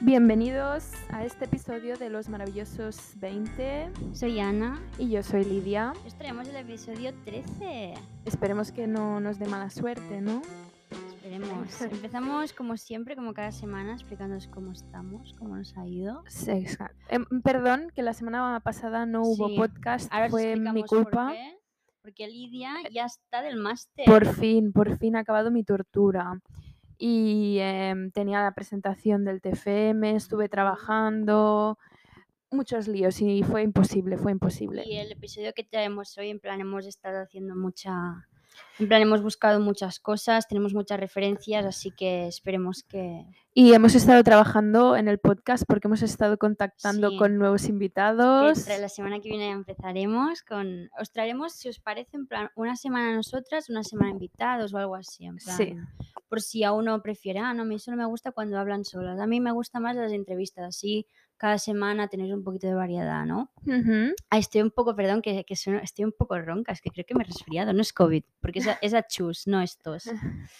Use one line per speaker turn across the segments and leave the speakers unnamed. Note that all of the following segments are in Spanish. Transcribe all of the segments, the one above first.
Bienvenidos a este episodio de Los Maravillosos 20
Soy Ana.
y yo soy Lidia.
Os traemos el episodio 13.
Esperemos que no nos dé mala suerte, ¿no?
Esperemos. Empezamos como siempre, como cada semana, explicándoos cómo estamos, cómo nos ha ido.
Sí, exacto. Em, perdón, que la semana pasada no hubo
Sí.
podcast,
Ahora os
fue mi
explicamos por
culpa.
qué, Porque Lidia ya está del máster.
Por fin, por fin ha acabado mi tortura. Y em, tenía la presentación del TFM, estuve trabajando, muchos líos y fue imposible, fue imposible.
Y el episodio que traemos hoy, en plan, hemos estado haciendo mucha. En plan, hemos buscado muchas cosas, tenemos muchas referencias, así que esperemos que.
Y hemos estado trabajando en el podcast porque hemos estado contactando
Sí.
con nuevos
que
invitados.
entre Eh, la semana que viene empezaremos con. Os traeremos, si os parece, en plan, una semana a nosotras, una semana a invitados o algo así. En plan,
Sí.
Por si a uno prefiere, ah, no, a mí eso no me gusta cuando hablan solas. A mí me gustan más las entrevistas, así cada semana tenéis un poquito de variedad, ¿no?
Ujú.
Ah, estoy un poco, perdón, que, que sueno- estoy un poco ronca, es que creo que me he resfriado, no es COVID, porque es, a- es a chus, no estos.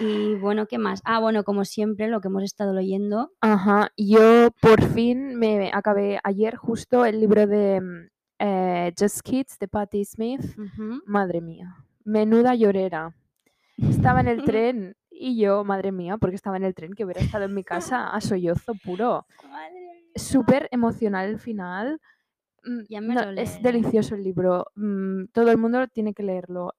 Y bueno, ¿qué más? Ah, bueno, como siempre, lo que hemos estado leyendo.
Ajá. Yo por fin me acabé ayer justo el libro de mm, eh, Just Kids de Patti Smith.
ujú,
Madre mía, menuda llorera. Estaba en el tren y yo, madre mía, porque estaba en el tren que hubiera estado en mi casa a sollozo puro.
Madre mía.
Súper emocional el final. Mm,
Ya me lo
es
leeré.
delicioso el libro. mm, todo el mundo tiene que leerlo.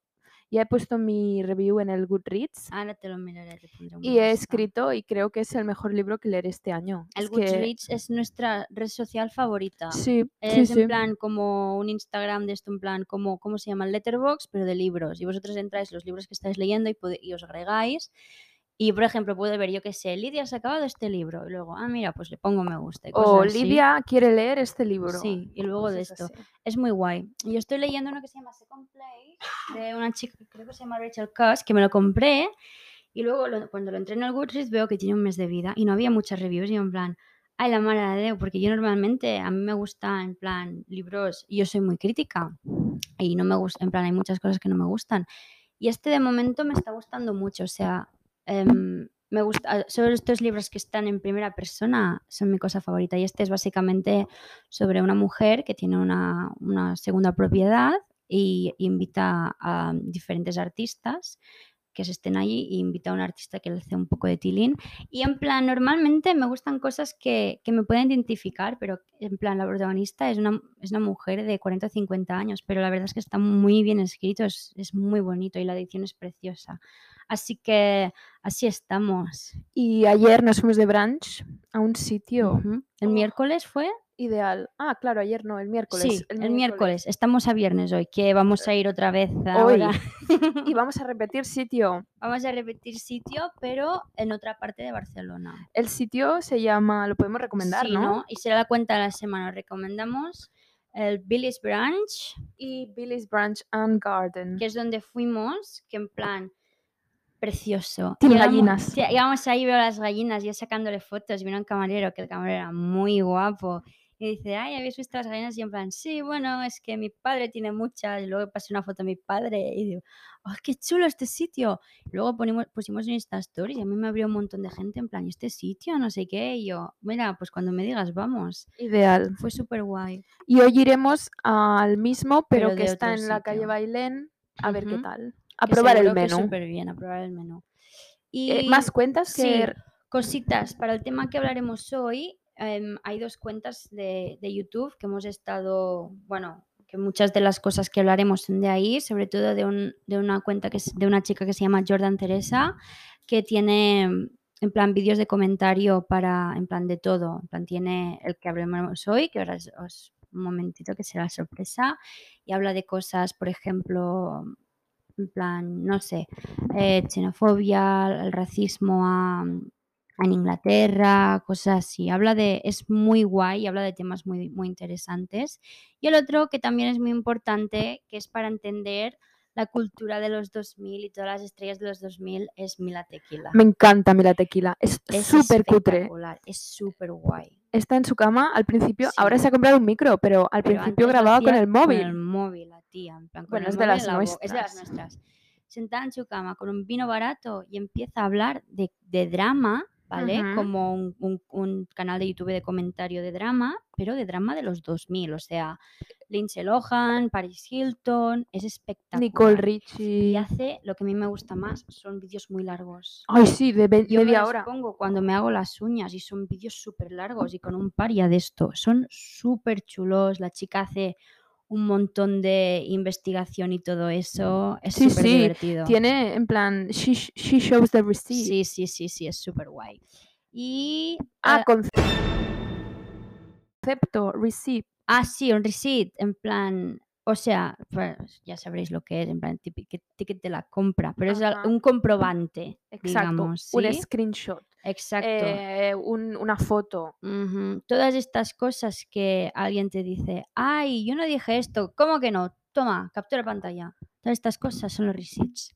Ya he puesto mi review en el Goodreads
Ahora te lo miraré, te pondré una
y he
lista.
escrito y creo que es el mejor libro que leeré este año.
El
Es que-
Goodreads es nuestra red social favorita.
Sí, sí,
Es en
sí.
plan como un Instagram de esto, en plan como, ¿cómo se llama? Letterbox, pero de libros. Y vosotros entráis los libros que estáis leyendo y, pode- y os agregáis. Y, por ejemplo, puedo ver, yo qué sé, Lidia se ha acabado este libro. Y luego, ah, mira, pues le pongo me gusta. y
O
cosas así.
Lidia quiere leer este libro. Pues
Sí, y luego de
Cosas
esto.
así.
Es muy guay. Yo estoy leyendo uno que se llama Second Place, de una chica que creo que se llama Rachel Cuss, que me lo compré. Y luego lo- cuando lo entré en el Goodreads veo que tiene un mes de vida y no había muchas reviews. Y yo en plan, ay, la mala de Deu, porque yo normalmente a mí me gusta en plan libros, y yo soy muy crítica y no me gusta, en plan hay muchas cosas que no me gustan. Y este de momento me está gustando mucho, o sea, em, me gusta, sobre estos libros que están en primera persona son mi cosa favorita y este es básicamente sobre una mujer que tiene una, una segunda propiedad y invita a diferentes artistas que se estén allí y invita a un artista que le hace un poco de tilín. Y en plan, normalmente me gustan cosas que, que me pueden identificar, pero en plan, la protagonista es una, es una mujer de 40 o 50 años, pero la verdad es que está muy bien escrito, es, es muy bonito y la edición es preciosa. Así que así estamos.
Y ayer nos fuimos de brunch a un sitio
Ujú. El
Oh.
miércoles fue
ideal. Ah, claro, ayer no, el miércoles.
Sí, el, miércoles. Estamos a viernes hoy, que vamos a ir otra vez
Hoy.
ahora.
Y vamos a repetir sitio.
Vamos a repetir sitio, pero en otra parte de Barcelona.
El sitio se llama, lo podemos recomendar,
Sí,
¿no?
Y será la cuenta de la semana. Os recomendamos el Billy's Branch,
Y Billy's Branch and Garden.
que es donde fuimos, que en plan precioso.
Tiene
Llegamos-
gallinas.
sí, Llegamos ahí, veo las gallinas, yo sacándole fotos, vino un camarero, que el camarero era muy guapo. Y dice, ay, ¿habéis visto las gallinas? Y en plan, sí, bueno, es que mi padre tiene muchas. Y luego pasé una foto a mi padre y digo, ¡ay, qué chulo este sitio! Y luego ponimos, pusimos en Insta Stories y a mí me abrió un montón de gente en plan, ¿y este sitio? No sé qué. Y yo, mira, pues cuando me digas, vamos.
Ideal.
Fue súper guay.
Y hoy iremos al mismo, pero,
Pero
que
de
está en
otro
la calle
sitio.
Bailén, a ver qué
Ujú.
tal. A probar el menú.
Súper bien, a probar el menú. Y
Eh, ¿Más cuentas
sí,
que
cositas para el tema que hablaremos hoy. em, hay dos cuentas de, de YouTube que hemos estado, bueno, que muchas de las cosas que hablaremos son de ahí, sobre todo de, un- de una cuenta que es, de una chica que se llama Jordan Teresa, que tiene em, en plan vídeos de comentario para, en plan de todo, en plan tiene el que hablaremos hoy, que ahora os, os- un momentito que será sorpresa, y habla de cosas, por ejemplo, en plan, no sé, eh, xenofobia, el racismo a, en Inglaterra, cosas así. Habla de, es muy guay, habla de temas muy, muy interesantes. Y el otro que también es muy importante, que es para entender la cultura de los 2000 y todas las estrellas de los 2000, es Mila Tequila.
me encanta a mí la tequila? Es
Es
súper cutre.
espectacular, Es súper guay.
Está en su cama al principio. Ahora
Sí.
se ha comprado un micro, pero al
Pero
principio
antes lo
grababa con
hacía
el móvil.
Con el móvil, la tía. En plan, con
Bueno,
el
es de
móvil
las
en la bo- Es de las
nuestras.
nuestras. Sentada en su cama con un vino barato y empieza a hablar de, de drama, ¿vale?
Ujú.
Como un, un- un canal de YouTube de comentario de drama, pero de drama de los 2000, o sea, Lindsay Lohan, Paris Hilton, es espectacular.
Nicole Richie.
Y hace lo que a mí me gusta más, son vídeos muy largos.
Ay, sí, de ve-
Yo me
media
los
hora.
pongo cuando me hago las uñas y son vídeos súper largos y con un par ya de esto. Son súper chulos. La chica hace un montón de investigación y todo eso. Es
Sí,
súper
sí,
divertido.
Tiene en plan, she, sh- she shows the receipt.
Sí, sí, sí, sí, es súper guay. Y.
Ah,
eh,
conce- concepto, receipt.
ah, sí, un receipt. En plan. O sea, pues, ya sabréis lo que es, en plan, ticket, ticket de la compra. Pero es al-
Ajá.
un comprobante.
Exacto.
digamos,
Un
¿sí?
screenshot.
Exacto.
eh, un- una foto.
Ujú. Todas estas cosas que alguien te dice, ay, yo no dije esto, ¿cómo que no? Toma, captura pantalla. Todas estas cosas son los receipts.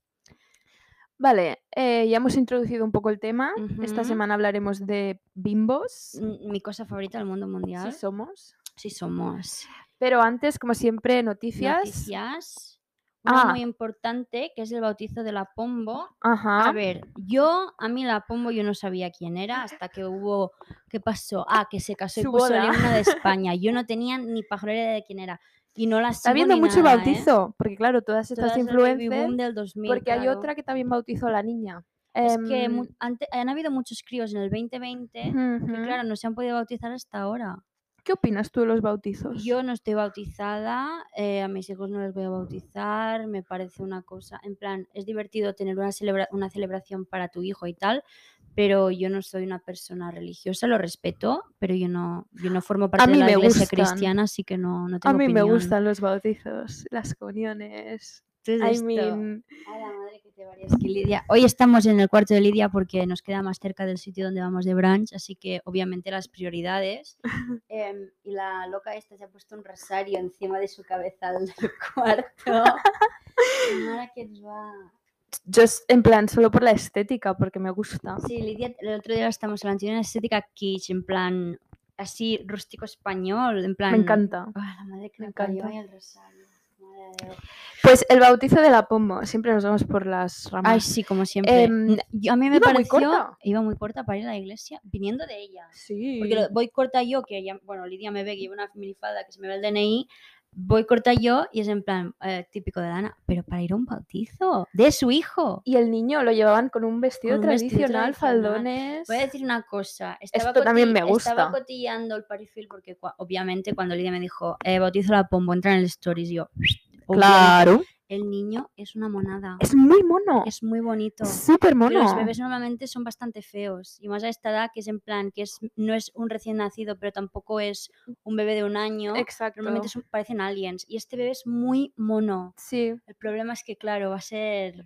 Vale, eh, ya hemos introducido un poco el tema. Esta
Ujú.
semana hablaremos de bimbos.
Mm, Mi cosa favorita del mundo mundial.
Si
Sí,
somos.
somos.
Pero antes, como siempre, noticias.
Noticias. Una
Ah.
muy importante que es el bautizo de la Pombo.
Ajá.
A ver, yo, a mí la Pombo yo no sabía quién era hasta que hubo, ¿qué pasó? Ah, que se casó y
Su
puso el
boda.
himno de España. Yo no tenía ni pajolera de quién era. Y no la sigo
Está habiendo
ni
mucho
nada, ¿eh?
bautizo, porque claro, todas estas
Todas el baby boom
influencers.
del 2000,
Porque hay
claro.
otra que también bautizó a la niña.
Es que
Em,
mu- ante- han habido muchos críos en el 2020 que,
ujú.
claro, no se han podido bautizar hasta ahora.
¿Qué opinas tú de los bautizos?
Yo no estoy bautizada, eh, a mis hijos no les voy a bautizar, me parece una cosa. En plan, es divertido tener una, celebra- una celebración para tu hijo y tal, pero yo no soy una persona religiosa, lo respeto, pero yo no, yo no formo parte
mí
de la
me
iglesia
gustan.
cristiana, así que no, no
A
tengo
mí me
opinión.
gustan los bautizos, las comuniones.
Entonces,
I
esto-
mean,
A la madre que te varias, que Lidia. Hoy estamos en el cuarto de Lidia porque nos queda más cerca del sitio donde vamos de brunch, así que obviamente las prioridades. Em, y la loca esta se ha puesto un rosario encima de su cabeza al cuarto. Mara que ens va.
just en plan, solo por la estética, porque me gusta.
Sí, Lidia, el otro día estamos hablando de una estética kitsch, en plan así rústico español, en plan.
Me encanta.
Ah, la madre que
Me
me parió
encanta.
ay, el rosario. Madre de Dios.
Pues el bautizo de la Pombo, siempre nos vamos por las ramas.
Ay, sí, como siempre.
Em,
N- yo- a mí me
iba muy
pareció.
corta.
Iba muy corta para ir a la iglesia, viniendo de ella.
sí.
Porque lo- voy corta yo, que ya, bueno, Lidia me ve que llevo una minifalda que se me ve el DNI, voy corta yo y es en plan eh, típico de Ana, pero para ir a un bautizo de su hijo.
Y el niño lo llevaban con un vestido,
Con un vestido
tradicional,
tradicional.
faldones.
Voy a decir una cosa, estaba,
Esto también me
estaba
gusta.
cotillando el perfil porque cua- obviamente cuando Lidia me dijo, eh, bautizo la pombo, entra en el stories, yo, obviamente,
Claro.
el niño es una monada,
Es muy mono.
es muy bonito.
Súper
Que
mono.
Los bebés normalmente son bastante feos y más a esta edad que es en plan que es, no es un recién nacido pero tampoco es un bebé de un año.
Exacto.
Normalmente son- parecen aliens y este bebé es muy mono.
Sí.
El problema es que claro va a ser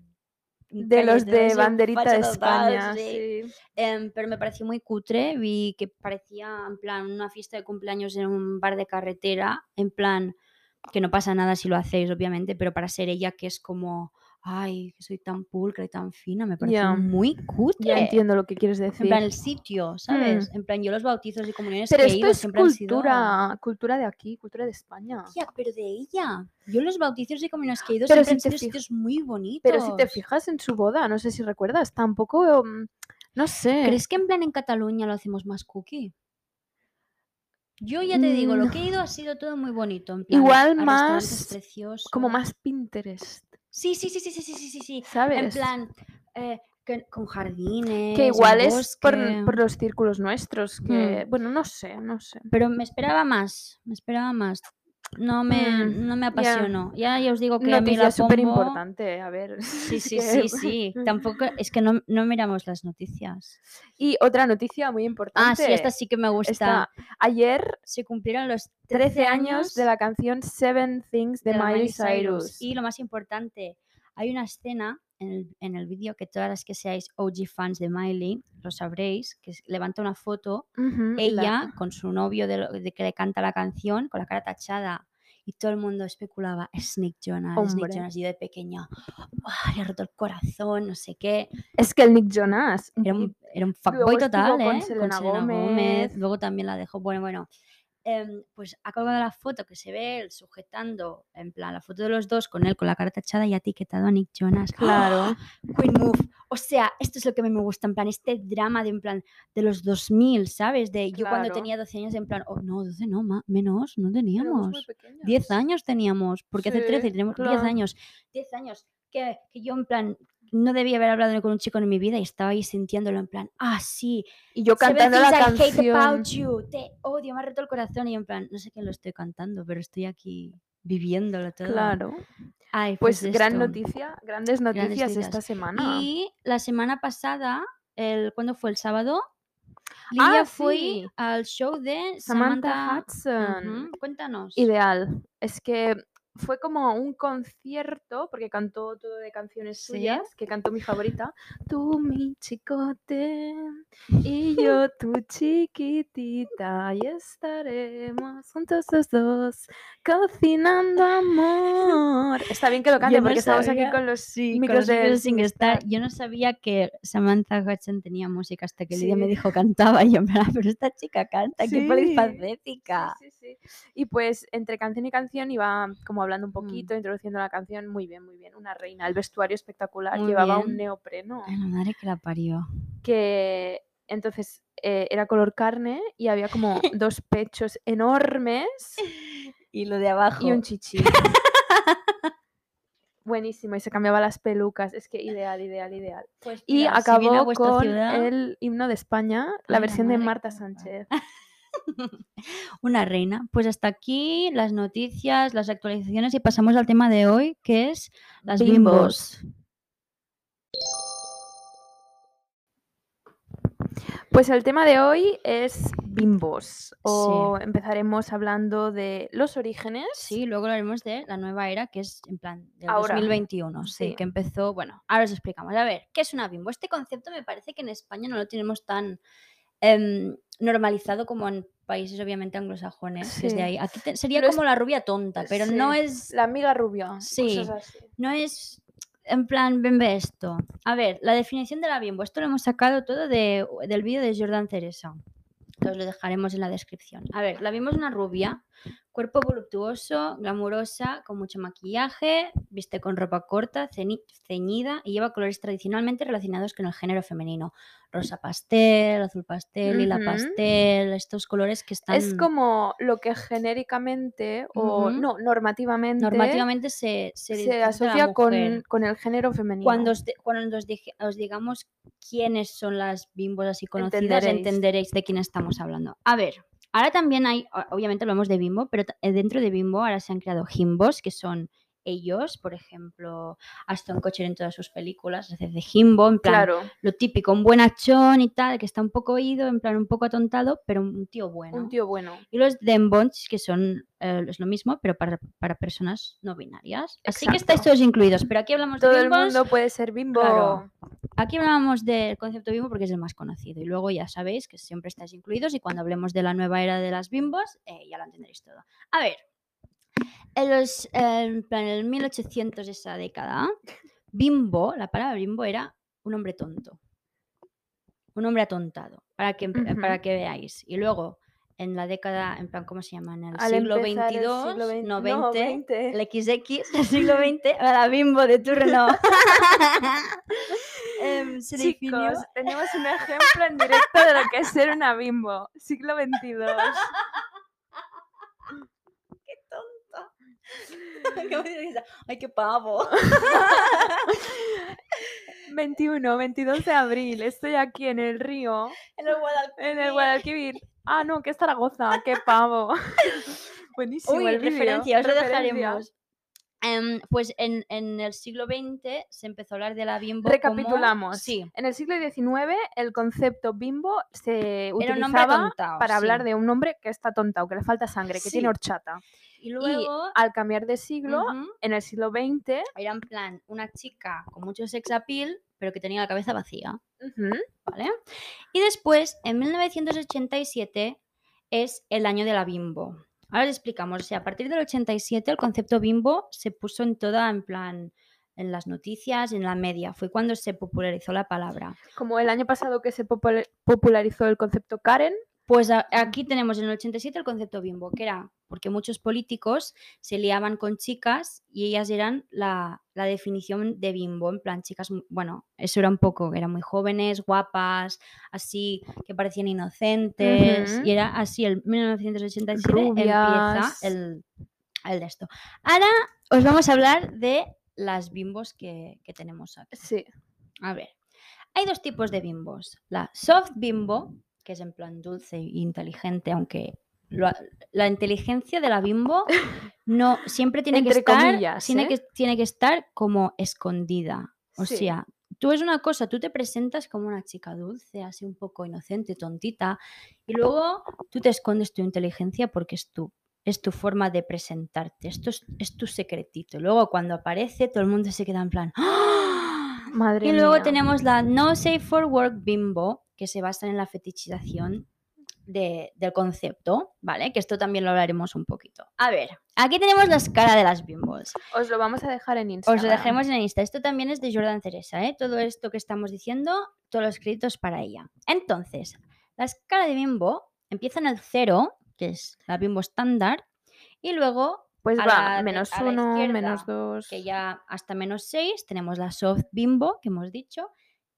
un
De los
calletón,
de
sí, un
banderita de
facha total,
España.
sí.
Sí.
Em, pero me pareció muy cutre, vi que parecía en plan una fiesta de cumpleaños en un bar de carretera, en plan que no pasa nada si lo hacéis, obviamente, pero para ser ella que es como, ay, que soy tan pulcra y tan fina, me pareció
Ya.
muy cutre.
Ya entiendo lo que quieres decir.
En plan el sitio, ¿sabes? En plan yo los bautizos y comuniones
Pero
que he
esto
ido
es
siempre han sido-
cultura, cultura de aquí, cultura de España.
Tía, pero de ella. Yo los bautizos y comuniones que he ido
Pero
siempre
si
han
te
sido
fij-
sitios muy bonitos.
Pero si te fijas en su boda, no sé si recuerdas, tampoco, mm, no sé.
¿Crees que en plan en Cataluña lo hacemos más cookie? Yo ya te digo,
Mm.
lo que he ido ha sido todo muy bonito. en plan,
Igual
a restaurantes
más-
preciosos.
Como más Pinterest,
Sí, sí, sí, sí, sí, sí, sí, sí, sí.
¿sabes?
En plan, eh, que- con jardines.
que
en
igual es por,
bosque. Mm.
por los círculos nuestros, que, bueno, no sé, no sé.
Pero me esperaba más, me esperaba más. No me,
Mm,
no me
ya.
apasionó. Ya, ya os digo que a mí la
Noticia súper
Pombo-
importante, a ver.
Sí, sí,
que-
sí, sí. Tampoco es que no, no miramos las noticias.
Y otra noticia muy
Ah,
importante.
sí, esta sí que me gusta.
Está, ayer,
Se cumplieron los
13, años de la canción Seven Things de,
la
Miley Cyrus.
Y lo más importante, hay una escena en el, en el vídeo que todas las que seáis OG fans de Miley lo sabréis, que es- levanta una foto
Ujú, Mm, la-
ella con su novio de, lo- de que le canta la canción, con la cara tachada. Y todo el mundo especulaba, "Es Nick Jonas, es Nick
Hombre.
Jonas, Y yo de pequeña, "Ah, le ha roto el corazón, no sé qué.
Es que el Nick Jonas. un
Era
pi-
un, era un
Luego
fuckboy
estuvo
total,
con
¿eh?
Selena Gómez.
Luego también la dejó, bueno, bueno. em, pues ha colgado la foto que se ve él sujetando, en plan, la foto de los dos con él con la cara tachada y ha etiquetado a Nick Jonas.
Claro.
Queen Move. O sea, esto es lo que a mí me gusta, en plan, este drama de, en plan, de los 2000, ¿sabes? De yo cuando
Claro.
tenía 12 años, en plan, oh, no, 12 no, ma- menos, no teníamos. 10 años teníamos, porque hace
Sí,
13 tenemos 10
claro.
años. 10 años que, que yo, en plan, no debía haber hablado con un chico en mi vida y estaba ahí sintiéndolo, en plan, ah, sí,
Y yo
Seven
cantando la
things I hate
canción.
about you, Te odio, me ha roto el corazón y en plan, no sé qué lo estoy cantando, pero estoy aquí viviéndolo todo.
Claro.
Ay,
Pues gran
esto.
noticia, grandes noticias
noticias.
esta semana.
Y la semana pasada, el, ¿cuándo fue? ¿El sábado?
Ah,
Lidia fue
sí.
al show de
Samantha,
Samantha,
Hudson.
Ujú, Cuéntanos.
Ideal. Es que fue como un concierto, porque cantó todo de canciones
Sí.
suyas, que cantó mi favorita. Tú, mi chicote, y yo, tu chiquitita, y estaremos juntos los dos, cocinando amor. Está bien que lo cante,
Yo no
porque estamos aquí
sabía-
con los
Sí,
micros
con los
de
micros sin estar. Yo no sabía que Samantha Hudson tenía música hasta que Lidia me
Sí.
dijo cantaba. Y yo, en plan, "Ah, pero esta chica canta, qué
Sí.
polifacética.
Sí, sí, sí. Y pues entre canción y canción iba como
Mm.
hablando un poquito, introduciendo la canción. Muy bien, muy bien. Una reina. El vestuario espectacular.
Muy
Llevaba
bien. Em.
un neopreno
Ay, la madre que la parió.
que entonces eh, era color carne y había como dos pechos enormes
Y lo de abajo.
y un chichi. Buenísimo. Y se cambiaba las pelucas. Es que ideal, ideal, ideal.
Pues
Y
mira, si viene a
acabó
vuestra
con
ciudad,
el himno de España, la
la
versión de
madre que
Marta
lo parió.
Sánchez.
Una reina. Pues hasta aquí las noticias, las actualizaciones y pasamos al tema de hoy, que es las bimbos.
Pues el tema de hoy es bimbos. O empezaremos hablando de los orígenes.
Sí, luego hablaremos de la nueva era, que es en plan del
Ahora.
2021, sí,
Sí.
que empezó, bueno, ahora os explicamos. A ver, ¿qué es una bimbo? Este concepto me parece que en España no lo tenemos tan em, normalizado como en países obviamente anglosajones, que es de
Sí.
ahí. Aquí te- sería
Pero es-
como la rubia tonta, pero no
Sí.
es
La amiga rubia.
Sí.
cosas así.
no es en plan, ven, ve esto. A ver, la definición de la bimbo. Esto lo hemos sacado todo de- del vídeo de Jordan Ceresa. que Os lo dejaremos en la descripción. A ver, la bimbo es una rubia, cuerpo voluptuoso, glamurosa, con mucho maquillaje, viste con ropa corta, ceni- ceñida y lleva colores tradicionalmente relacionados con el género femenino. Rosa pastel, azul pastel, lila
Ujú.
pastel, estos colores que están...
Es como lo que genéricamente o
Ujú.
no, normativamente,
Normativamente se, se,
se,
identifica a la
asocia
mujer.
con, con el género femenino.
cuando os, de- cuando os, dije- os digamos quiénes son las bimbos así conocidas, entenderéis.
Entenderéis.
de quién estamos hablando. A ver, ahora también hay, o- obviamente hablamos de bimbo, pero ta- eh, dentro de bimbo ahora se han creado jimbos, que son ellos, por ejemplo, Aston Kutcher en todas sus películas, hace de jimbo, en plan,
claro,
lo típico, un buen achón y tal, que está un poco oído, en plan un poco atontado, pero un tío bueno.
un tío bueno.
Y los dembons, que son eh, es lo mismo, pero para, para personas no binarias. Así que estáis
Exacto.
todos incluidos, pero aquí hablamos
Todo
de
el
bimbos
mundo puede ser bimbo.
Claro. aquí hablábamos del concepto bimbo porque es el más conocido y luego ya sabéis que siempre estáis incluidos y cuando hablemos de la nueva era de las bimbos eh, ya lo entenderéis todo. A ver, en los eh, en plan, en 1800 esa década, bimbo, la palabra bimbo era un hombre tonto, un hombre atontado, para que,
Ujú.
para que veáis. Y luego en la década, en plan, ¿cómo se llama? En el
Al
siglo XXII,
empezar el siglo vein-
no,
no,
20,
20.
el XX del siglo XX, a la bimbo de turno. Em, se definió.
Chicos, tenemos un ejemplo en directo de lo que es ser una bimbo. Siglo XXII.
¡Qué tonto! Acabo de decir, ¡Ay, qué pavo!
21, 22 de abril. Estoy aquí en el río,
En el Guadalquivir.
en el Guadalquivir. Ah, no, que es Zaragoza. Qué pavo. Buenísimo
Uy,
el vídeo,
referencia, os lo
referencia.
dejaremos. Em, pues en, en el siglo XX se empezó a hablar de la bimbo. como-
Recapitulamos.
Sí,
En el siglo XIX, el concepto bimbo se
era un hombre
utilizaba
atontado.
para hablar
sí.
de un hombre que está tontado, que le falta sangre, que
Sí.
tiene horchata.
Y luego.
Al cambiar de siglo,
ujú,
en el siglo XX,
Era en plan una chica con mucho sex appeal, pero que tenía la cabeza vacía.
ujú,
¿vale? Y después, en 1987, es el año de la bimbo. Ahora les explicamos, o sea, a partir del 87 el concepto bimbo se puso en toda, en plan, en las noticias, en la media. Fue cuando se popularizó la palabra.
como el año pasado que se popula- popularizó el concepto Karen,
Pues a- aquí tenemos en el 87 el concepto bimbo, que era porque muchos políticos se liaban con chicas y ellas eran la, la definición de bimbo, en plan chicas, mu- bueno, eso era un poco, eran muy jóvenes, guapas, así, que parecían inocentes,
Ujú.
y era así, el 1987
Rubias.
empieza el, el de esto. Ahora os vamos a hablar de las bimbos que, que tenemos aquí.
Sí.
A ver, hay dos tipos de bimbos. La soft bimbo, que es en plan dulce e inteligente, aunque lo ha- la inteligencia de la bimbo no siempre tiene que
Entre
estar,
comillas,
tiene,
¿eh?
que, tiene que estar como escondida. O
Sí.
sea, tú es una cosa, tú te presentas como una chica dulce, así un poco inocente, tontita, y luego tú te escondes tu inteligencia porque es tú. Es tu forma de presentarte, esto es, es tu secretito. Y luego cuando aparece, todo el mundo se queda en plan, ¡Ah!
Madre
Y luego
mía.
tenemos la No Safe for Work Bimbo, que se basa en la fetichización de- del concepto, ¿vale? Que esto también lo hablaremos un poquito. A ver, aquí tenemos la escala de las bimbos.
Os lo vamos a dejar en Instagram.
Os lo dejemos en Insta. Esto también es de Jordan Ceresa, ¿eh? Todo esto que estamos diciendo, todos los créditos para ella. Entonces, la escala de bimbo empieza en el 0, que es la bimbo estándar, y luego
Pues
a la
va,
de-
menos
a la
uno,
izquierda,
menos dos.
que ya hasta menos 6 tenemos la soft bimbo, que hemos dicho,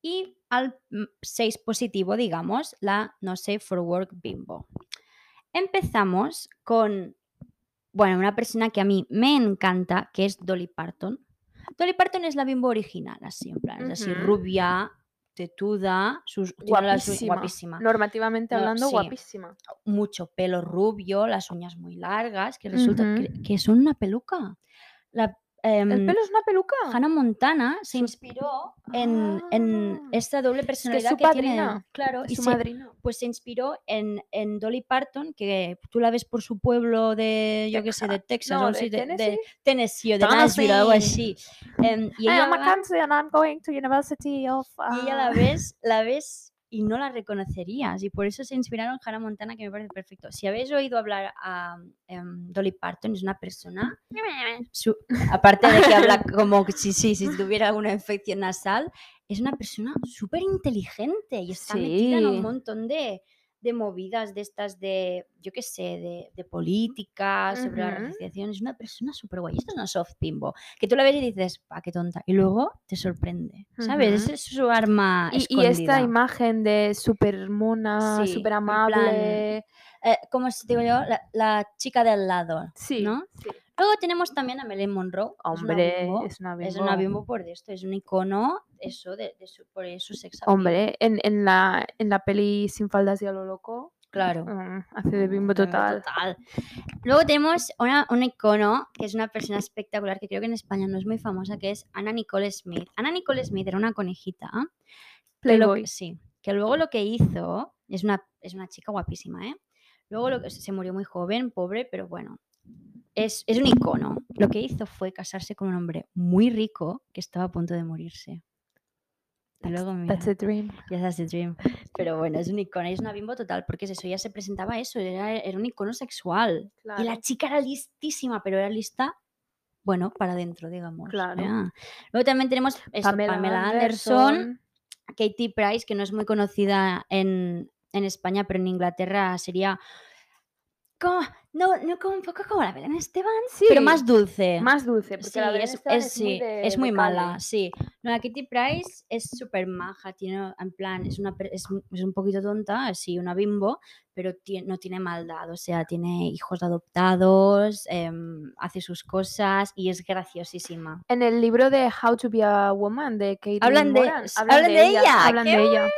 y al 6 positivo, digamos, la no safe for work bimbo. Empezamos con, bueno, una persona que a mí me encanta, que es Dolly Parton. Dolly Parton es la bimbo original, así, en plan, es así,
Ujú.
rubia, tetuda, sus, tiene las u-
Guapísima.
guapísima,
Normativamente
No,
hablando,
sí.
guapísima.
mucho pelo rubio, las uñas muy largas, que resulta
Ujú.
que, que son una peluca. La,
¿El
em,
pelo es una peluca?
Hannah Montana
Su-
se inspiró en, en
Ah,
esta doble personalidad
su
que, tiene.
padrina,
Claro,
Es
y
su
se-
madrina.
pues se inspiró en, en Dolly Parton, que tú la ves por su pueblo de, yo qué sé, de Texas,
No,
o
de
sí,
Tennessee.
Tennessee, o de Nashville, algo así.
Tennessee.
Em, y, ella
I'm a
va-
country and I'm going to University of...
y ella la
ah,
ves, la ves y no la reconocerías. Y por eso se inspiraron en Hannah Montana, que me parece perfecto. Si habéis oído hablar a em, Dolly Parton, es una persona su- aparte de que habla como que si, si, si tuviera alguna infección nasal, es una persona súper inteligente y está metida en
Sí.
un montón de, de movidas de estas de, yo qué sé, de, de política, sobre la
Ujú.
reconciliación. Es una persona súper guay. Esto es una soft bimbo. Que tú la ves y dices, pa, qué tonta. Y luego te sorprende, ¿sabes?
Ujú.
Esa es su arma
Y, y
Ah, escondida.
esta imagen de súper mona,
Sí,
súper
en plan,
amable.
Eh, como si digo yo, la, la chica del lado.
Sí,
¿no?
sí.
Luego tenemos también a Marilyn Monroe. que es una
Hombre,
bimbo.
es una bimbo.
Es una bimbo por esto, es un icono, eso, de, de su, por su sex appeal,
Hombre, en, en, la, en la peli Sin faldas y a lo loco,
claro.
mm, hace de bimbo total.
Luego tenemos una, un icono, que es una persona espectacular, que creo que en España no es muy famosa, que es Ana Nicole Smith. Ana Nicole Smith era una conejita. que lo-
Playboy.
sí, que luego lo que hizo, es una, es una chica guapísima, ¿eh? Luego lo que, se murió muy joven, pobre, pero bueno. Es, es un icono. Lo que hizo fue casarse con un hombre muy rico que estaba a punto de morirse. Y luego, mira,
That's a dream.
ya that's the dream. Pero bueno, es un icono, es una bimbo total, porque es eso, ya se presentaba eso, era, era un icono sexual. Y la
Claro.
chica era listísima, pero era lista, bueno, para adentro, digamos.
Claro.
ya. Luego también tenemos esto, Pamela, Anderson Katie Price, que no es muy conocida en, en España, pero en Inglaterra sería como, no, no, como un poco como la Belén Esteban,
Sí,
pero más dulce.
más dulce. Porque
sí,
la Belén
es,
Esteban
es-
muy
sí,
de-
es muy
de
mala,
calle.
sí. No, la Katie Price es súper maja, tiene, en plan, es, una, per- es, un- es un poquito tonta, así, una bimbo, pero tie- no tiene maldad, o sea, tiene hijos adoptados, em, hace sus cosas y es graciosísima.
En el libro de How to be a Woman de Katie
Hablan de-
Moran,
s- hablan de ella,
Hablan
qué
de ella.
No,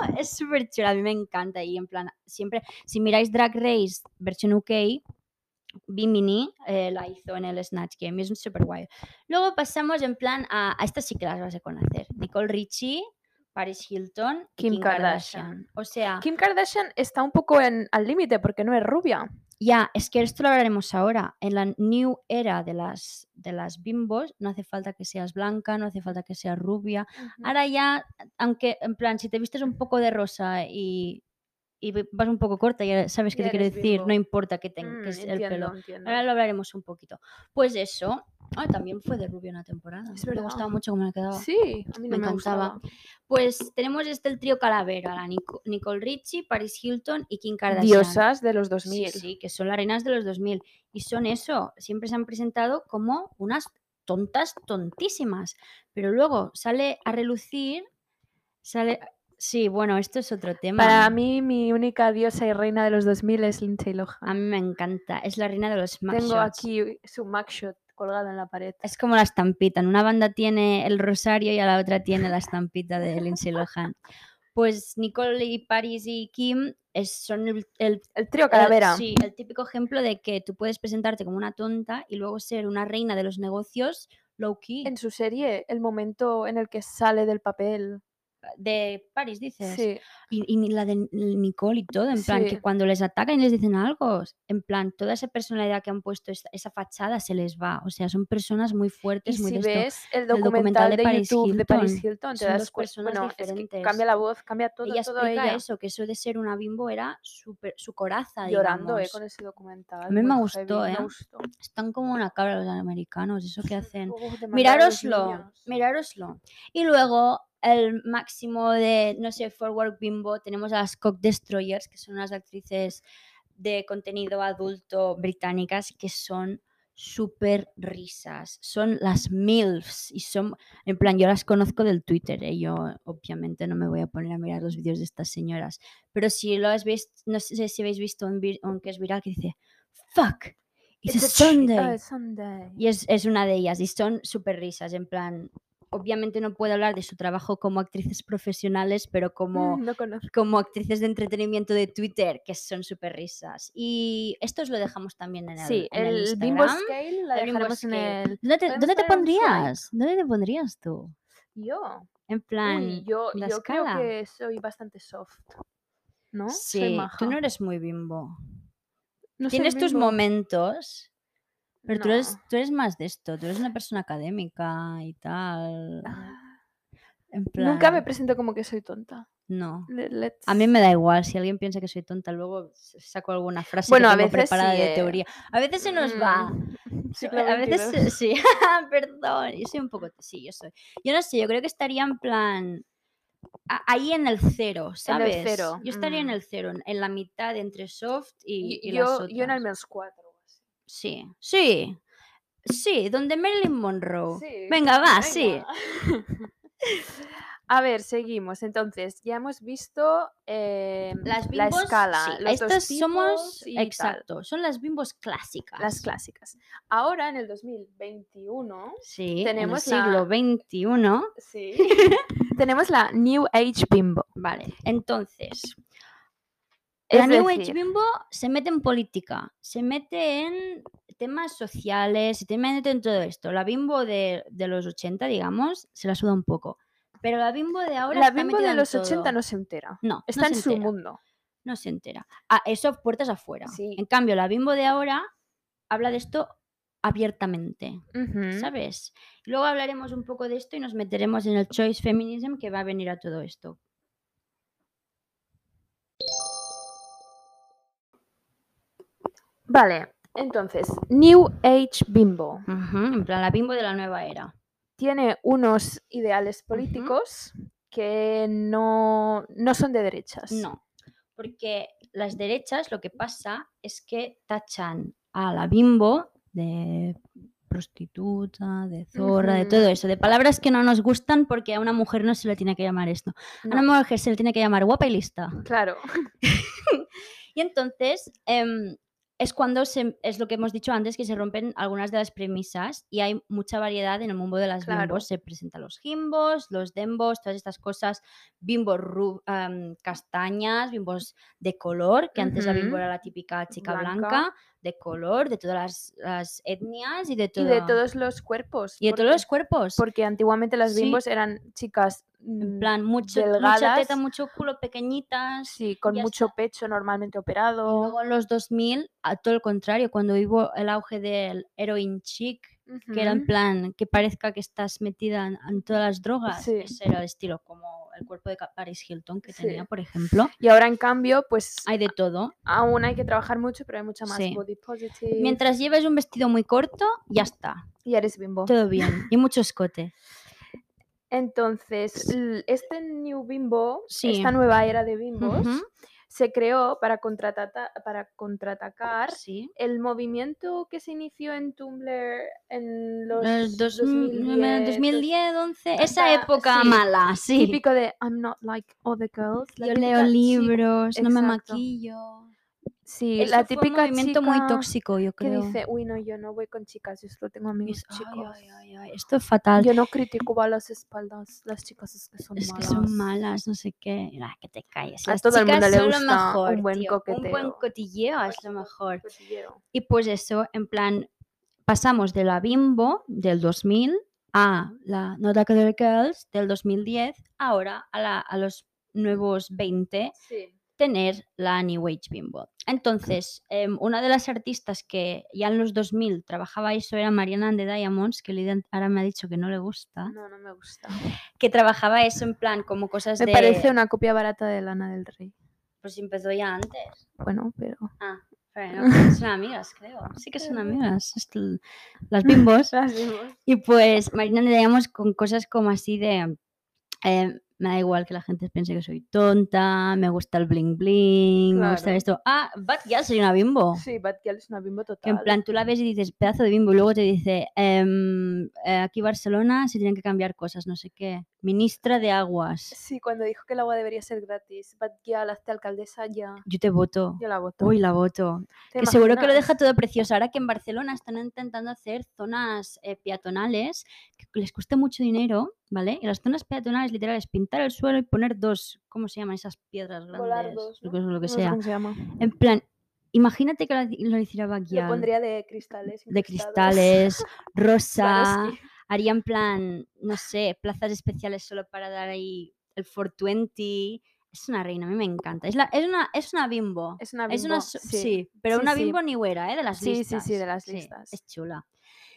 es súper chula, a mí me encanta. Y en plan, siempre, si miráis Drag Race versión UK, Bimini eh, la hizo en el Snatch Game, y es súper guay. Luego pasamos en plan a, a estas sí que las vas a conocer: Nicole Richie, Paris Hilton, y
Kim
Kim Kardashian. Ah.
Kardashian.
O sea,
Kim Kardashian está un poco en- al límite porque no es rubia.
ya, es que esto lo hablaremos ahora. En la new era de las, de las bimbos, no hace falta que seas blanca, no hace falta que seas rubia. Ahora ya, aunque en plan, si te vistes un poco de rosa y y ve- vas un poco corta, ya sabes qué
Ya
te quiero
eres
decir,
bimbo.
no importa que tengas
Mm,
el
entiendo,
pelo.
entiendo.
Ahora lo hablaremos un poquito. Pues eso, ah, también fue de rubio una temporada.
Es
Me
verdad.
gustaba mucho cómo le quedaba.
Sí, a mí no me,
Me encantaba.
gustaba.
Pues tenemos este el trío Calavera, la Nico- Nicole Richie, Paris Hilton y Kim Kardashian.
Diosas de los 2000.
Sí, sí, que son las reinas de los 2000. Y son eso, siempre se han presentado como unas tontas tontísimas. Pero luego sale a relucir, sale... Sí, bueno, esto es otro tema.
Para mí, mi única diosa y reina de los 2000 es Lindsay Lohan.
A mí me encanta, es la reina de los smash
Tengo
shots.
aquí su mugshot colgado en la pared.
Es como la estampita. En una banda tiene el rosario y a la otra tiene la estampita de Lindsay Lohan. Pues Nicole y Paris y Kim es- son el, el-
El trío
el-
calavera.
Eh, sí, el típico ejemplo de que tú puedes presentarte como una tonta y luego ser una reina de los negocios low key.
En su serie, el momento en el que sale del papel.
De Paris, dices.
Sí.
Y, y ni la de N- Nicole y todo, en plan,
Sí.
que cuando les atacan y les dicen algo, en plan, toda esa personalidad que han puesto, esa, esa fachada se les va. O sea, son personas muy
Y
fuertes, muy
si
de esto.
ves el
documental
documental,
de
de,
Paris
YouTube de Paris
Hilton,
Hilton, te
son
das
dos
cuen-
personas
bueno, es que
diferentes.
cambia la voz, cambia todo,
ella
todo
explica
ella.
eso, que eso de ser una bimbo era súper- su coraza,
Llorando, eh,
digamos.
con ese documental.
mí me
muy
gustó,
heavy,
eh.
Me gustó.
Están como una cabra los americanos, eso que hacen.
Uf, demandar a los
Mirároslo,
niños.
mirároslo. Y luego el máximo de, no sé, Forward Bimbo, tenemos a las Cock Destroyers, que son unas actrices de contenido adulto británicas que son súper risas. Son las MILFs y son, en plan, yo las conozco del Twitter, ¿eh? yo obviamente no me voy a poner a mirar los vídeos de estas señoras, pero si lo has visto, no sé si habéis visto un, vi- un que es viral que dice, fuck, it's, a
tr-
Sunday.
a Ah, Sunday.
Y es, es una de ellas, y son súper risas, en plan, obviamente no puedo hablar de su trabajo como actrices profesionales, pero como,
Mm, no conozco.
como actrices de entretenimiento de Twitter, que son súper risas. Y esto os lo dejamos también en el,
Sí,
en el
el
Instagram.
Bimbo Scale la
el Bimbo
dejaremos en
Scale.
el. podemos
¿Dónde te, dónde te
poner un swipe.
pondrías? ¿Dónde te pondrías tú?
Yo.
En plan,
Uy, yo
la
yo creo
escala.
que soy bastante soft. ¿No? Soy
sí,
maja.
tú no eres muy bimbo.
No soy
Tienes tus
bimbo.
momentos, pero tú,
No.
eres, tú eres más de esto, tú eres una persona académica y tal.
Ah,
en
Nunca me
plan,
presento como que soy tonta.
No.
Le- let's-
A mí me da igual, si alguien piensa que soy tonta, luego s- saco alguna frase
Bueno,
que
a
tengo
veces
preparada
sí,
de
eh.
teoría. A veces se nos va.
Mm,
so-
siglo
A veces se-
22.
sí, perdón, yo soy un poco, sí, yo soy. Yo no sé, yo creo que estaría en plan a- ahí en el cero, ¿sabes?
cero,
Yo estaría en
mm.
el cero, en- en la mitad entre soft y, y
Y-
las
Yo, yo en
otras.
el menos cuatro. o así.
Sí, sí. Sí, donde Marilyn Monroe.
Sí,
Venga, va, sí.
venga. A ver, seguimos. Entonces, ya hemos visto eh,
Las
la
bimbos,
escala.
sí,
los dos
estas somos,
tipos y tal,
exacto, son las bimbos clásicas.
las clásicas. Ahora, en el 2021,
Sí,
Tenemos
en el
la-
siglo XXI.
sí, tenemos la New Age Bimbo.
Vale, entonces,
Es
la New Age
decir,
Bimbo se mete en política, se mete en temas sociales, se mete en todo esto. La Bimbo de, de los 80, digamos, se la suda un poco. Pero la Bimbo de ahora.
la
está
Bimbo
metida
de
en
los 80
todo.
no se entera.
No, no
Está en
se
su
entera,
mundo.
No se entera. Ah, eso puertas afuera.
Sí.
En cambio, la Bimbo de ahora habla de esto abiertamente.
Ujú.
¿sabes? Luego hablaremos un poco de esto y nos meteremos en el choice feminism que va a venir a todo esto.
Vale, entonces, New Age Bimbo.
Ujú, en plan, la bimbo de la nueva era.
tiene unos ideales políticos que no, no son de derechas.
No, porque las derechas lo que pasa es que tachan a la bimbo de prostituta, de zorra, de todo
Ujú.
eso, de palabras que no nos gustan porque a una mujer no se le tiene que llamar esto. A
No,
una mujer se le tiene que llamar guapa y lista.
Claro.
Y entonces em, es cuando se- es lo que hemos dicho antes, que se rompen algunas de las premisas y hay mucha variedad en el mundo de las
Claro.
bimbos. Se presentan los gimbos, los dembos, todas estas cosas, bimbos ru- am, castañas, bimbos de color, que antes la bimbo
Ujú.
era la típica chica blanca,
Blanca.
de color, de todas las, las etnias y de, todo,
Y de todos los cuerpos.
y de todos
porque-
los cuerpos.
Porque antiguamente las
Sí.
bimbos eran chicas mm,
En plan, mucho, mucha
delgadas.
teta, mucho culo, pequeñitas.
Sí, con
ya
mucho pecho normalmente
Y
operado.
luego en los 2000, a todo el contrario, cuando hubo el auge del heroin chic, que era en
Ujú.
plan que parezca que estás metida en, en todas las drogas,
Sí.
ese era el estilo, como el cuerpo de Ca- Paris Hilton que
Sí.
tenía, por ejemplo.
Y ahora en cambio, pues
Hay de todo.
aún hay que trabajar mucho, pero hay mucha más
Sí.
body positive.
Mientras lleves un vestido muy corto, ya está,
Y eres bimbo.
todo bien. Y mucho escote.
Entonces, l- este new bimbo,
Sí.
esta nueva era de bimbos,
Ujú,
se creó para, contratata- para contraatacar
Sí.
el movimiento que se inició en Tumblr en los
Eh, dos mil-
2010,
2010, 11, esa
hasta-
época
sí,
mala, sí.
Típico de I'm not like other girls. la
Yo
típica
leo
chi-
libros, no me
exacto.
maquillo.
Sí,
Eso
la
fue
típica
un movimiento muy
chica
tóxico, yo
que
creo.
dice, uy, no, yo no voy con chicas, yo solo tengo amigos
Es- ay,
chicos.
ay, ay, ay, esto es fatal.
Yo no critico a las espaldas, las chicas es que son
es que
malas.
son malas, no sé qué. Nah, que te calles.
A
Las
todo el mundo
chicas
le
son lo
gusta un
mejor,
buen
tío. Un buen
coqueteo.
cotilleo es lo
buen
mejor.
Cotillero.
Y pues eso, en plan, pasamos de la Bimbo del 2000 a la Nota Color Girls del 2010, ahora a, la- a los nuevos 20
Sí.
tener la New Age Bimbo. Entonces, em, una de las artistas que ya en los 2000 trabajaba eso era Mariana and the Diamonds, que Lidia ahora me ha dicho que no le gusta,
No, no me gusta.
que trabajaba eso en plan como cosas
Me
de...
parece una copia barata de Lana del Rey.
Pues empezó ya antes.
Bueno, pero.
Ah, bueno, pero son amigas, creo. Sí que son amigas, esto- las bimbos.
Las vimos.
Y pues Marina le llamamos con cosas como así de... eh, me da igual que la gente piense que soy tonta, me gusta el bling bling, me gusta
Claro.
esto. Ah, but ya soy una bimbo.
Sí, Bad Girl es una bimbo
Que
total.
en plan tú la ves y dices pedazo de bimbo y luego te dice "Em, eh, aquí Barcelona se tienen que cambiar cosas, no sé qué. Ministra de Aguas,
Sí, cuando dijo que el agua debería ser gratis. Bad Girl, hasta alcaldesa ya.
yo te voto.
Yo la voto.
Uy, la voto.
¿Te
que seguro que lo
imaginas?
deja todo precioso. Ahora que en Barcelona están intentando hacer zonas eh, peatonales que les cuesta mucho dinero, ¿vale? Y las zonas peatonales literal es pintar el suelo y poner dos, ¿cómo se llaman esas piedras grandes?
Volardos,
Lo
¿no?
que- Lo que,
No sé
sea.
cómo se llama.
En plan, imagínate que lo, lo hiciera
Lo
Baguial,
pondría de cristales.
De
incrustados.
cristales, rosa.
Swarovski.
Haría en plan, no sé, plazas especiales solo para dar ahí el 420. Es una reina, a mí me encanta. Es, la, es, una, es una bimbo.
Es una bimbo.
ah, Es una su-
sí.
sí. pero
Sí,
una
sí.
bimbo niwera, ¿eh? De las
Sí, sí, sí,
listas.
de las listas.
es chula.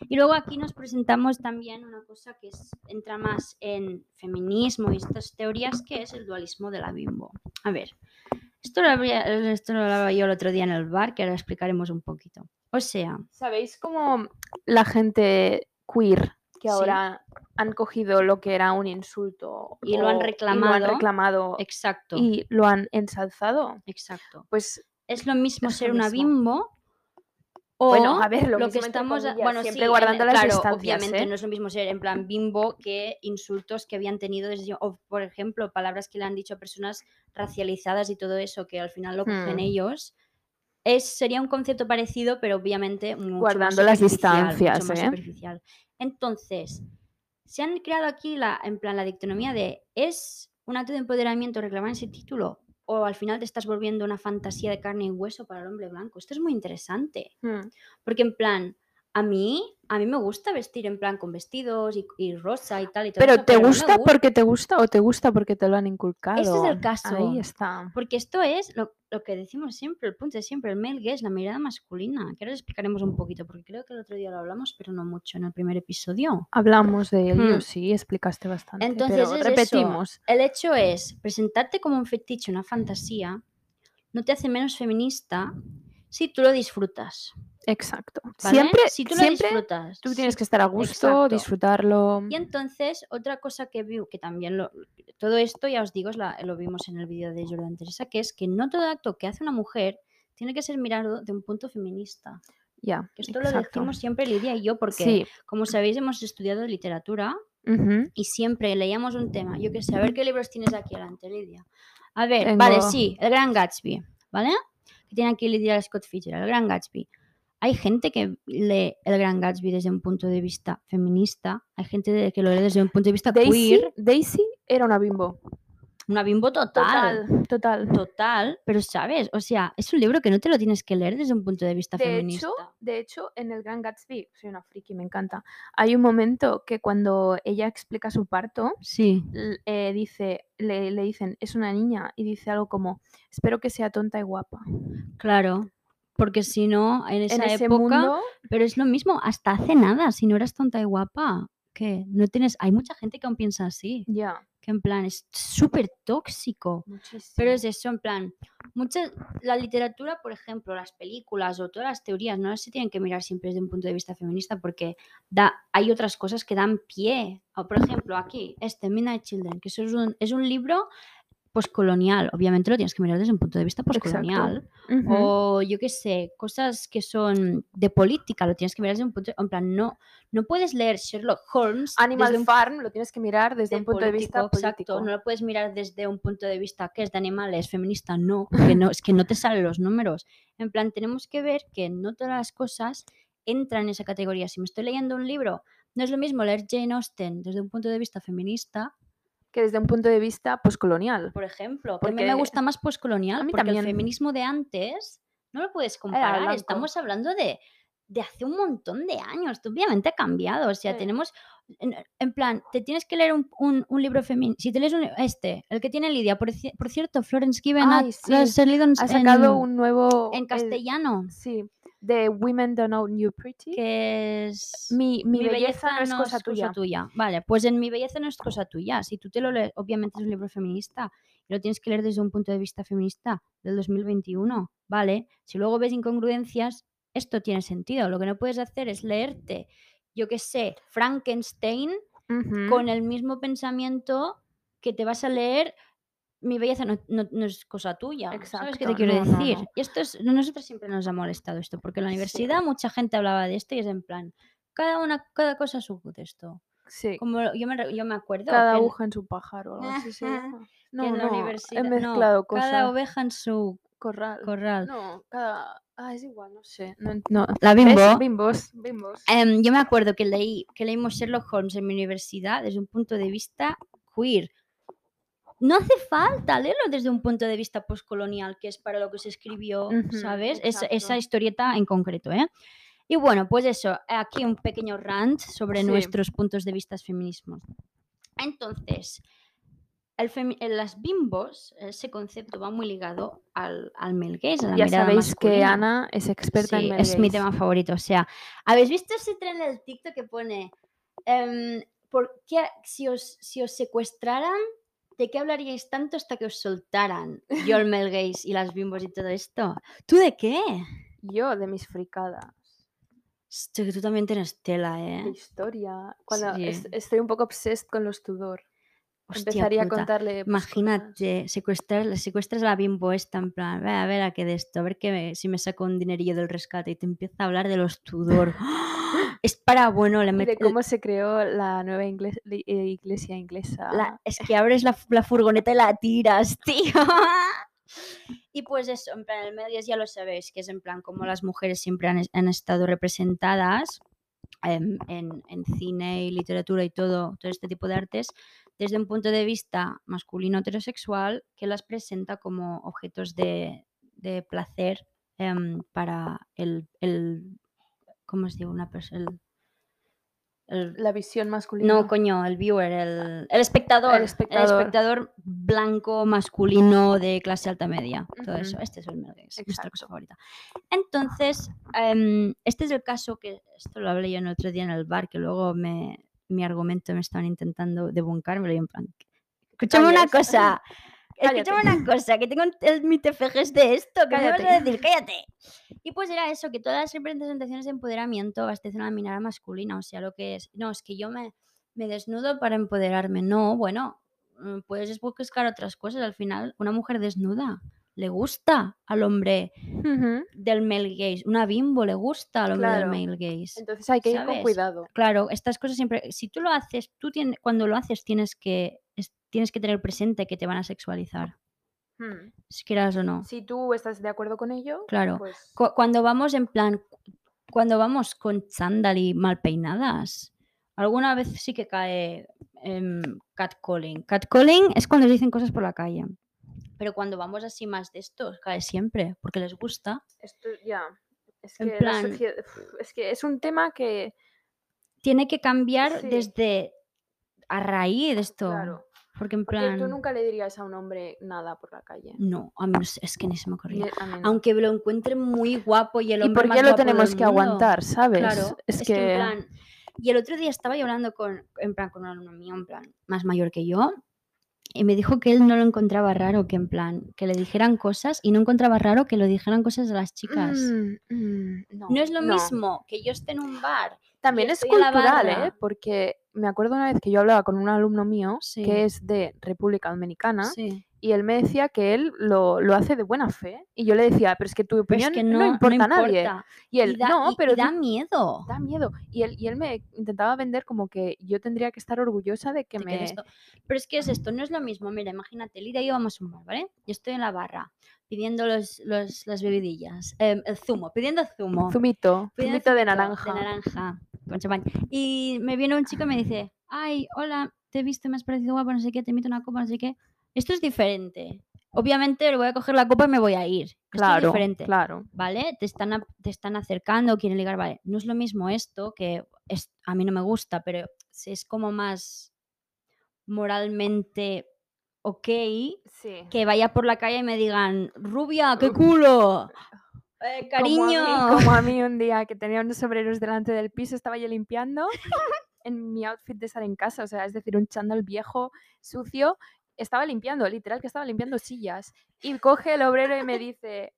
Y luego aquí nos presentamos también una cosa que es- entra más en feminismo y estas teorías, que es el dualismo de la bimbo. A ver, esto lo, habría- esto lo hablaba yo el otro día en el bar, que ahora explicaremos un poquito. O sea,
¿Sabéis cómo la gente queer
Sí.
que ahora han cogido lo que era un insulto
Y lo
o- y
han
lo han
reclamado.
reclamado
exacto,
y lo han ensalzado?
exacto.
Pues
Es lo mismo
Es lo
ser una
mismo.
bimbo o
bueno, a ver, lo,
lo,
mismo
que
entre
estamos a-
comillas,
bueno
siempre
sí,
guardando
en-
las
claro
distancias,
obviamente
¿eh?
no es lo mismo ser en plan bimbo que insultos que habían tenido desde o por ejemplo palabras que le han dicho a personas racializadas y todo eso que al final lo cogen
Hmm.
ellos es sería un concepto parecido pero obviamente mucho
Guardando las
más superficial,
distancias,
mucho más
¿eh?
superficial entonces se han creado aquí la en plan la dictonomía de es un acto de empoderamiento reclamar ese título o al final te estás volviendo una fantasía de carne y hueso para el hombre blanco. Esto es muy interesante.
Hmm.
Porque en plan, a mí, a mí me gusta vestir en plan con vestidos y, y rosa y tal y todo
Pero
eso,
¿te
no me
gusta
gu-
porque te gusta o te gusta porque te lo han inculcado?
caso.
Ahí está.
Porque esto es lo, lo que decimos siempre, el punto de siempre, el male gaze, la mirada masculina, que ahora explicaremos un poquito, porque creo que el otro día lo hablamos, pero no mucho en el primer episodio.
Hablamos de ello,
Hmm.
sí, explicaste bastante.
Entonces
pero
es eso.
repetimos.
El hecho es, presentarte como un fetiche, una fantasía, no te hace menos feminista si tú lo disfrutas.
Exacto.
¿vale?
Siempre,
si tú lo
siempre
disfrutas.
tú
si
tienes que estar a gusto,
Exacto.
disfrutarlo.
Y entonces, otra cosa que vi, que también lo- todo esto, ya os digo, es la- lo vimos en el vídeo de Jordan Teresa, que es que no todo acto que hace una mujer tiene que ser mirado de un punto feminista.
Ya.
Que esto lo
exacto.
decimos siempre Lidia y yo, porque
Sí.
como sabéis, hemos estudiado literatura
ujú.
y siempre leíamos un tema. Yo que sé, a ver qué libros tienes aquí delante, Lidia. A ver, vale,
Tengo-
sí, el Gran Gatsby, ¿vale? Que tiene aquí Lidia Scott Fitzgerald, el Gran Gatsby. Hay gente que lee el Gran Gatsby desde un punto de vista feminista, hay gente de- que lo lee desde un punto de vista
Daisy,
queer.
Daisy era una bimbo.
una bimbo total.
Total, total.
total, pero sabes, o sea, es un libro que no te lo tienes que leer desde un punto de vista
De
feminista.
hecho, de hecho, en el Gran Gatsby, soy una friki, me encanta. Hay un momento que cuando ella explica su parto,
sí.
l- eh, dice, le, le dicen, es una niña, y dice algo como, espero que sea tonta y guapa.
Claro, porque si no, en esa
en ese
época,
mundo,
pero es lo mismo, hasta hace nada, si no eras tonta y guapa, que no tienes, hay mucha gente que aún piensa así,
ya,
que en plan es súper tóxico.
muchísimo.
Pero es eso, en plan, mucha, la literatura, por ejemplo, las películas o todas las teorías, no se tienen que mirar siempre desde un punto de vista feminista porque da, hay otras cosas que dan pie. O, por ejemplo, aquí, este, Midnight Children, que eso es un, es un libro poscolonial. Obviamente lo tienes que mirar desde un punto de vista
Exacto.
poscolonial.
Ujú.
O yo qué sé, cosas que son de política, lo tienes que mirar desde un punto, en plan, no, no puedes leer Sherlock Holmes.
Animal
desde un
Farm lo tienes que mirar desde
de
un punto de vista
político,
político.
Exacto, no lo puedes mirar desde un punto de vista que es de animales, feminista, no, porque no, es que no te salen los números. En plan, tenemos que ver que no todas las cosas entran en esa categoría. Si me estoy leyendo un libro, no es lo mismo leer Jane Austen desde un punto de vista feminista,
Que desde un punto de vista pues, poscolonial.
por ejemplo, que a mí me
Porque-
gusta más
a
poscolonial,
mí
porque el
también.
feminismo de antes no lo puedes comparar,
blanco.
estamos hablando de de hace un montón de años, obviamente ha cambiado, o sea,
Sí.
tenemos, en, en plan, te tienes que leer un, un- un libro femenino, si te lees un, li- este, el que tiene Lidia, por, ci- por cierto, Florence Given ha,
Ay,
lo ha
sí,
salido en,
Ha sacado
en-
un nuevo...
en
el-
castellano,
sí, de Women Don't Know You Pretty.
que es...
mi, mi belleza, no es cosa tuya.
Vale, pues en mi belleza no es cosa tuya. Si tú te lo lees, obviamente es un libro feminista, y lo tienes que leer desde un punto de vista feminista del 2021, ¿vale? Si luego ves incongruencias, esto tiene sentido. Lo que no puedes hacer es leerte, yo qué sé, Frankenstein
Ujú.
con el mismo pensamiento que te vas a leer mi belleza no, no- no es cosa tuya. ¿Sabes qué te
Exacto,
quiero
no, no, no.
decir? Y esto es, a nosotros siempre nos ha molestado esto, porque en la
Sí.
universidad mucha gente hablaba de esto y es en plan, cada una, cada cosa es su contexto.
Sí,
Como yo me, re- yo me acuerdo
cada
que en-
aguja en su pájaro. Algo así se
Ajá,
llama.
que
No,
en la
no,
universidad-
he
no,
mezclado cosas.
cada oveja en su
corral.
corral.
No, cada... Ah, es igual, no sé. No, ent- no.
La
¿Ves?
bimbo.
Bimbos, bimbos.
Em, yo me acuerdo que leí que leímos Sherlock Holmes en mi universidad desde un punto de vista queer. No hace falta leerlo desde un punto de vista postcolonial, que es para lo que se escribió,
Ujú,
¿sabes? Es- esa
exacto.
historieta en concreto, ¿eh? Y bueno, pues eso, aquí un pequeño rant sobre
Sí.
nuestros puntos de vista feminismos. Entonces, el femi- eh, las bimbos, ese concepto va muy ligado al, al male gaze, a la
Ya
mirada
sabéis que
masculina.
Ana es experta
Sí,
en male
es mi
gaze.
tema favorito. O sea, ¿habéis visto ese tren del TikTok que pone em, ¿por qué a- si os, si os secuestraran, de qué hablaríais tanto hasta que os soltaran? Yo el Mel Gaze y las bimbos y todo esto. ¿Tú de qué?
Yo, de mis fricadas.
Hostia, que tú también tienes tela, ¿eh?
de Historia. Cuando
Sí.
es- estoy un poco obsessed con los Tudor.
Hostia
Empezaría
puta.
a contarle. pues, cosas.
Imagínate, secuestrar, le secuestras a la bimbo esta en plan, "Ve a ver a qué de esto, a ver que me- si me saco un dinerillo del rescate y te empieza a hablar de los Tudor. es para bueno, le
Y de
metes...
cómo se creó la nueva ingles- li- eh, iglesia inglesa.
La- es que abres la, la furgoneta y la tiras, tío. Y pues eso, en plan, el medio ya lo sabéis, que es en plan como las mujeres siempre han, es- han estado representadas em, en, en cine y literatura y todo, todo este tipo de artes, desde un punto de vista masculino heterosexual que las presenta como objetos de, de placer em, para el, el, ¿cómo os digo? Una persona, el
La visión masculina.
no, coño, el viewer, el, el espectador. El espectador.
espectador.
blanco, masculino, de clase alta media. Todo
Ujú.
eso. Este es el Mel Gaze, nuestra cosa
Exacto.
favorita. Entonces, em, este es el caso que, esto lo hablé yo en el otro día en el bar, que luego me, mi argumento me estaban intentando debunkármelo y en plan, escúchame una
Calles.
cosa. Escúchame una cosa, que tengo el- mi TFGs de esto, que me vas a
Cállate.
decir, cállate. Y pues era eso, que todas las representaciones de empoderamiento abastecen a la mirada masculina, o sea, lo que es, no, es que yo me, me desnudo para empoderarme, no, bueno, mm, puedes es buscar otras cosas, al final una mujer desnuda le gusta al hombre
Ujú.
del male gaze, una bimbo le gusta al hombre
Claro.
del male gaze.
Entonces hay que ir con
¿Sabes?
cuidado.
Claro, estas cosas siempre, si tú lo haces, tú tien- cuando lo haces tienes que, es- tienes que tener presente que te van a sexualizar,
Hmm.
si quieras o no.
Si tú estás de acuerdo con ello,
Claro.
pues.
Cu- cuando vamos en plan, cu- cuando vamos con chándal y mal peinadas, alguna vez sí que cae em, catcalling. Catcalling es cuando les dicen cosas por la calle. Pero cuando vamos así más de estos, cae siempre, porque les gusta.
Esto ya. Es que,
En
la
plan-
socie- uf, es que es un tema que.
Tiene que cambiar
Sí.
desde a raíz de esto.
Claro.
Porque en
Porque
plan...
tú nunca le dirías a un hombre nada por la calle.
No, a mí no sé, es que ni se me
Ni-
ocurría.
a mí no.
Aunque lo encuentre muy guapo y el
¿Y
hombre
por
más
qué lo
guapo del
tenemos que
mundo,
aguantar, sabes?
Claro,
es, que.
en plan, y el otro día estaba yo hablando con, en plan, con un alumno mío, en plan, más mayor que yo, y me dijo que él no lo encontraba raro, que en plan, que le dijeran cosas y no encontraba raro que lo dijeran cosas a las chicas.
Mm, mm, no,
No es lo mismo que yo esté en un bar.
También
yo
es
estoy en la
cultural,
barra.
¿eh? Porque me acuerdo una vez que yo hablaba con un alumno mío
Sí.
que es de República Dominicana
Sí.
y él me decía que él lo, lo hace de buena fe y yo le decía, pero es que tu
Pero es
opinión
que
no,
no, no
importa a nadie.
importa.
Y él,
Y da-
no,
y- y
pero tú-
da miedo.
da miedo. Y él, y él me intentaba vender como que yo tendría que estar orgullosa de que
de que
me...
de esto. Pero es que es esto, no es lo mismo. Mira, imagínate, Lidia y yo vamos a un bar, ¿vale? Yo estoy en la barra pidiendo los, los- las bebidillas, em, el zumo, pidiendo zumo.
Zumito,
pidiendo
zumito de
zumito
naranja.
De naranja, con champán. Y me viene un chico y me dice, ay, hola, te he visto, me has parecido guapo, no sé qué, te invito a una copa, no sé qué. Esto es diferente. Obviamente le voy a coger la copa y me voy a ir. Esto es
Claro,
diferente.
claro.
¿vale? Te están, ap- te están acercando, quieren ligar, vale. No es lo mismo esto, que es, a mí no me gusta, pero si es como más moralmente ok
Sí.
que vaya por la calle y me digan, rubia, qué culo, eh,
Como
cariño.
a, mí, como a mí un día que tenía unos sombreros delante del piso, estaba yo limpiando en mi outfit de estar en casa, o sea, es decir, un chándal viejo, sucio, estaba limpiando, literal que estaba limpiando sillas. Y coge el obrero y me dice,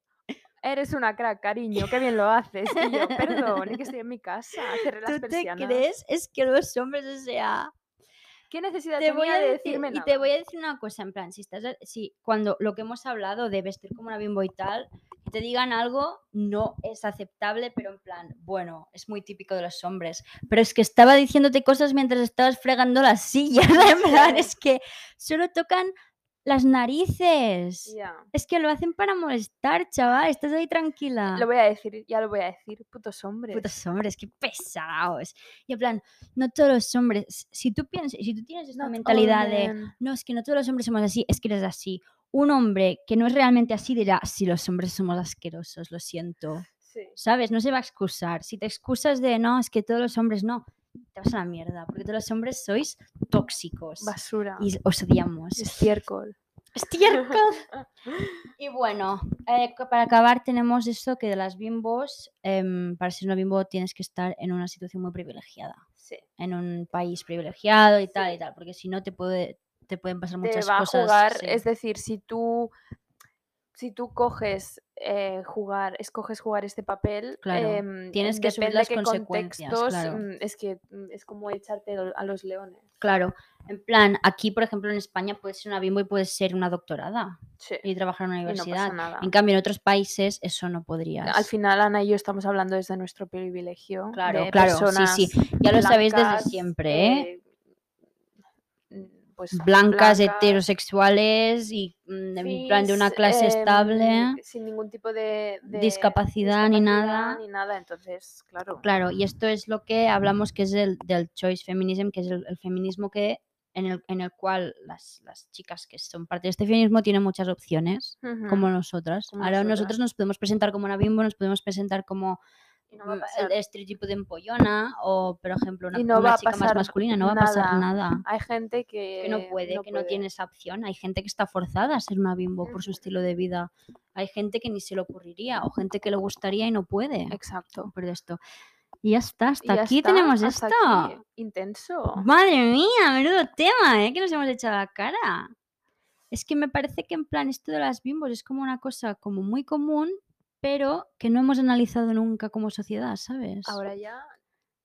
eres una crack, cariño, qué bien lo haces. Y yo, perdón, es que estoy en mi casa, cerré las
¿Tú te
persianas.
crees? Es que los hombres, o sea,
¿Qué necesidad
te voy
tenía
a
de
decir,
decirme
y
nada?
te voy a decir una cosa, en plan, si estás, a- si cuando lo que hemos hablado de vestir como una bimbo y tal, que te digan algo no es aceptable, pero en plan, bueno, es muy típico de los hombres, pero es que estaba diciéndote cosas mientras estabas fregando las sillas, en plan,
sé.
es que solo tocan las narices.
Ya,
Es que lo hacen para molestar, chaval, estás ahí tranquila.
Lo voy a decir, ya lo voy a decir, putos hombres.
Ah. Putos hombres, qué pesados. Y en plan, no todos los hombres, si tú piensas, si tú tienes esta
Not all
mentalidad de
men.
no, es que no todos los hombres somos así, es que eres así. Un hombre que no es realmente así dirá, si los hombres somos asquerosos, lo siento.
Sí.
¿Sabes? No se va a excusar. Si te excusas de, no, es que todos los hombres no, te vas a la mierda, porque todos los hombres sois tóxicos
Basura,
y os odiamos.
estiércol.
Estiércol. y bueno, eh, co- para acabar tenemos esto que de las bimbos, em, para ser una bimbo tienes que estar en una situación muy privilegiada,
Sí.
en un país privilegiado y tal
Sí.
y tal, porque si no te puede te pueden pasar
te
muchas
va
cosas.
a jugar,
sí.
es decir, si tú si tú coges eh, jugar, escoges jugar este papel,
Claro,
em,
tienes
em,
que asumir
depende
las
qué
consecuencias,
contextos,
claro.
mm, es que mm, es como echarte lo- a los leones.
Claro, en plan, aquí por ejemplo en España puedes ser una bimbo y puedes ser una doctorada
Sí,
y trabajar en una
y no
universidad.
pasa nada.
en cambio en otros países eso no podrías.
Al final Ana y yo estamos hablando desde nuestro privilegio
Claro,
de
claro, sí,
personas
sí. Ya lo sabéis desde
blancas,
siempre, ¿eh?
eh, mm, pues
blancas, heterosexuales y mm, en plan de una
cis,
clase
em,
estable.
sin ningún tipo de, de
discapacidad ni nada.
ni nada, entonces, claro.
Claro, y esto es lo que hablamos que es el, del choice feminism, que es el, el feminismo que en el, en el cual las, las chicas que son parte de este feminismo tienen muchas opciones,
Ujú.
como nosotras.
Mm, como
Ahora
nosotras.
nosotros nos podemos presentar como una bimbo, nos podemos presentar como
Y no va a
mm,
pasar.
este tipo de empollona o, por ejemplo, una,
Y no
una
va a
chica más
pasar eh,
masculina, no va a pasar nada.
Hay gente que,
que no puede, que no tiene esa opción. Hay gente que está forzada a ser una bimbo por su
Ujú.
estilo de vida. Hay gente que ni se le ocurriría o gente que le gustaría y no puede.
Exacto.
Por esto. Y ya está, hasta
Y ya
aquí
está,
tenemos esto.
hasta aquí. Intenso.
Madre mía, menudo tema, ¿eh? Que nos hemos echado a la cara. Es que me parece que en plan esto de las bimbos es como una cosa como muy común, pero que no hemos analizado nunca como sociedad, ¿sabes?
Ahora ya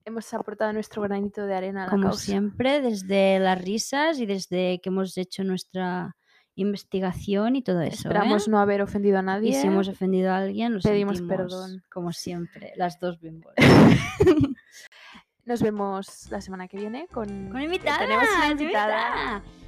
hemos aportado nuestro granito de arena a la
como
causa.
siempre, desde las risas y desde que hemos hecho nuestra investigación y todo eso. ¿eh?
Esperamos no haber ofendido a nadie.
Y si hemos ofendido a alguien, lo
pedimos
sentimos,
perdón.
Como siempre, las dos bimbos.
Nos vemos la semana que viene con...
Con invitada.
Tenemos una invitada.
invitada.